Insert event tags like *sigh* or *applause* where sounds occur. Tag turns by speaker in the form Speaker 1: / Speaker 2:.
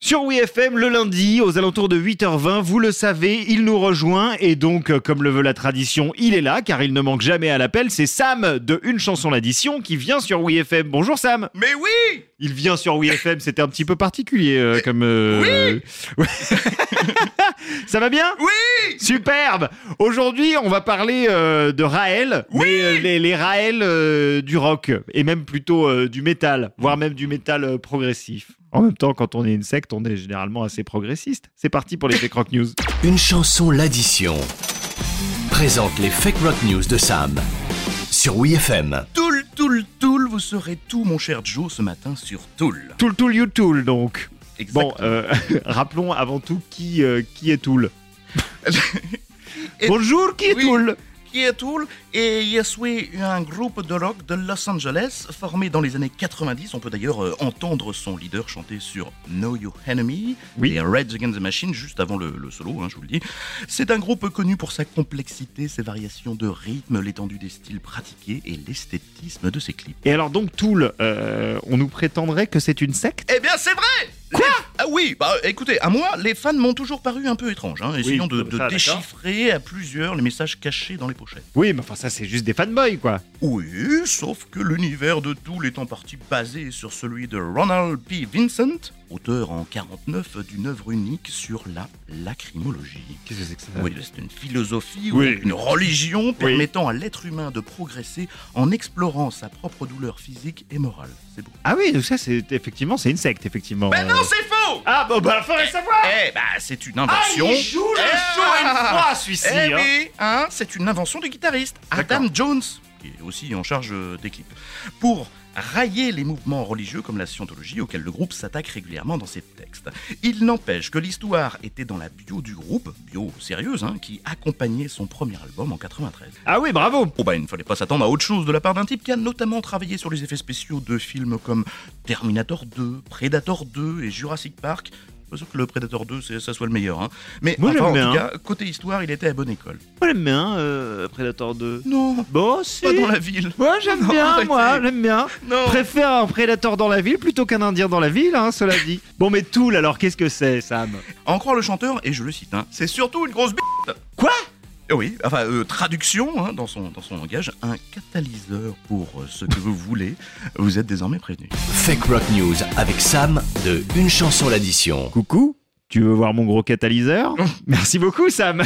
Speaker 1: Sur WeFM, le lundi, aux alentours de 8h20, vous le savez, il nous rejoint. Et donc, euh, comme le veut la tradition, il est là, car il ne manque jamais à l'appel. C'est Sam de Une chanson l'addition qui vient sur WeFM. Bonjour Sam
Speaker 2: Mais oui
Speaker 1: Il vient sur WeFM, c'était un petit peu particulier euh, comme... *laughs* euh, Ça va bien
Speaker 2: Oui
Speaker 1: Superbe Aujourd'hui, on va parler euh, de Raël, mais euh, les, les Raël euh, du rock, et même plutôt euh, du métal, voire même du métal euh, progressif. En même temps, quand on est une secte, on est généralement assez progressiste. C'est parti pour les Fake Rock *laughs* News.
Speaker 3: Une chanson l'addition présente les Fake Rock News de Sam sur WeFM.
Speaker 2: Toul, Toul, Toul, vous serez tout, mon cher Joe, ce matin sur Toul.
Speaker 1: Tool, Tool, You Tool, donc.
Speaker 2: Exactement.
Speaker 1: Bon, euh, *laughs* rappelons avant tout qui, euh, qui est Tool. *laughs* Bonjour, qui est
Speaker 2: Oui.
Speaker 1: Tool
Speaker 2: Qui est Toul Et Yes We, un groupe de rock de Los Angeles, formé dans les années 90. On peut d'ailleurs euh, entendre son leader chanter sur Know Your Enemy
Speaker 1: Oui.
Speaker 2: et Rage Against the Machine, juste avant le, le solo, hein, je vous le dis. C'est un groupe connu pour sa complexité, ses variations de rythme, l'étendue des styles pratiqués et l'esthétisme de ses clips.
Speaker 1: Et alors donc Tool, euh, on nous prétendrait que c'est une secte
Speaker 2: Eh bien, c'est vrai Quoi Ah oui, bah écoutez, à moi, les fans m'ont toujours paru un peu étrange. Hein. Essayons de, de
Speaker 1: ça, d'accord.
Speaker 2: déchiffrer à plusieurs les messages cachés dans les pochettes.
Speaker 1: Oui, mais enfin ça c'est juste des fanboys, quoi.
Speaker 2: Oui, sauf que l'univers de Tool est en partie basé sur celui de Ronald P. Vincent, auteur en 49 d'une œuvre unique sur la lacrymologie.
Speaker 1: Qu'est-ce que c'est que ça
Speaker 2: Oui, c'est une philosophie
Speaker 1: Ah. Oui.
Speaker 2: ou une religion permettant à l'être humain de progresser en explorant sa propre douleur physique et morale. C'est beau.
Speaker 1: Ah oui, donc ça c'est effectivement c'est une secte effectivement.
Speaker 2: Mais non,
Speaker 1: Euh,
Speaker 2: c'est faux
Speaker 1: Ah bon bah faudrait savoir.
Speaker 2: Eh bah, c'est une invention. Ah
Speaker 1: celui-ci.
Speaker 2: Eh
Speaker 1: hein.
Speaker 2: oui, hein, c'est une invention du guitariste Adam Jones, qui est aussi en charge euh, des clips, pour railler les mouvements religieux comme la scientologie auxquels le groupe s'attaque régulièrement dans ses textes. Il n'empêche que l'histoire était dans la bio du groupe, bio sérieuse, hein, qui accompagnait son premier album en 93.
Speaker 1: Ah oui, bravo.
Speaker 2: Oh bah il ne fallait pas s'attendre à autre chose de la part d'un type qui a notamment travaillé sur les effets spéciaux de films comme Terminator 2, Predator 2 et Jurassic Park. Pas sûr que le Predator 2 c'est- ça soit le meilleur, hein. Mais
Speaker 1: Moi,
Speaker 2: enfin,
Speaker 1: j'aime
Speaker 2: en
Speaker 1: bien, hein.
Speaker 2: tout cas, côté histoire, il était à bonne école.
Speaker 1: Moi j'aime bien euh, Predator 2.
Speaker 2: Non,
Speaker 1: Bon, si.
Speaker 2: pas dans la ville.
Speaker 1: Moi j'aime
Speaker 2: Non,
Speaker 1: bien,
Speaker 2: arrêtez. Oh.
Speaker 1: moi j'aime bien.
Speaker 2: Non.
Speaker 1: Préfère un Predator dans la ville plutôt qu'un Indien dans la ville, hein, cela dit. Bon mais Tool alors qu'est-ce que c'est, Sam
Speaker 2: À en croire le chanteur, et je le cite, hein, c'est surtout une grosse b.
Speaker 1: Quoi
Speaker 2: Oui, enfin, euh, traduction hein, dans, son, dans son langage, un catalyseur pour euh, ce que vous voulez. Vous êtes désormais prévenu.
Speaker 3: Fake Rock News avec Sam de Une chanson
Speaker 1: *laughs*
Speaker 3: l'addition.
Speaker 1: Coucou. Tu veux voir mon gros catalyseur Merci beaucoup, Sam.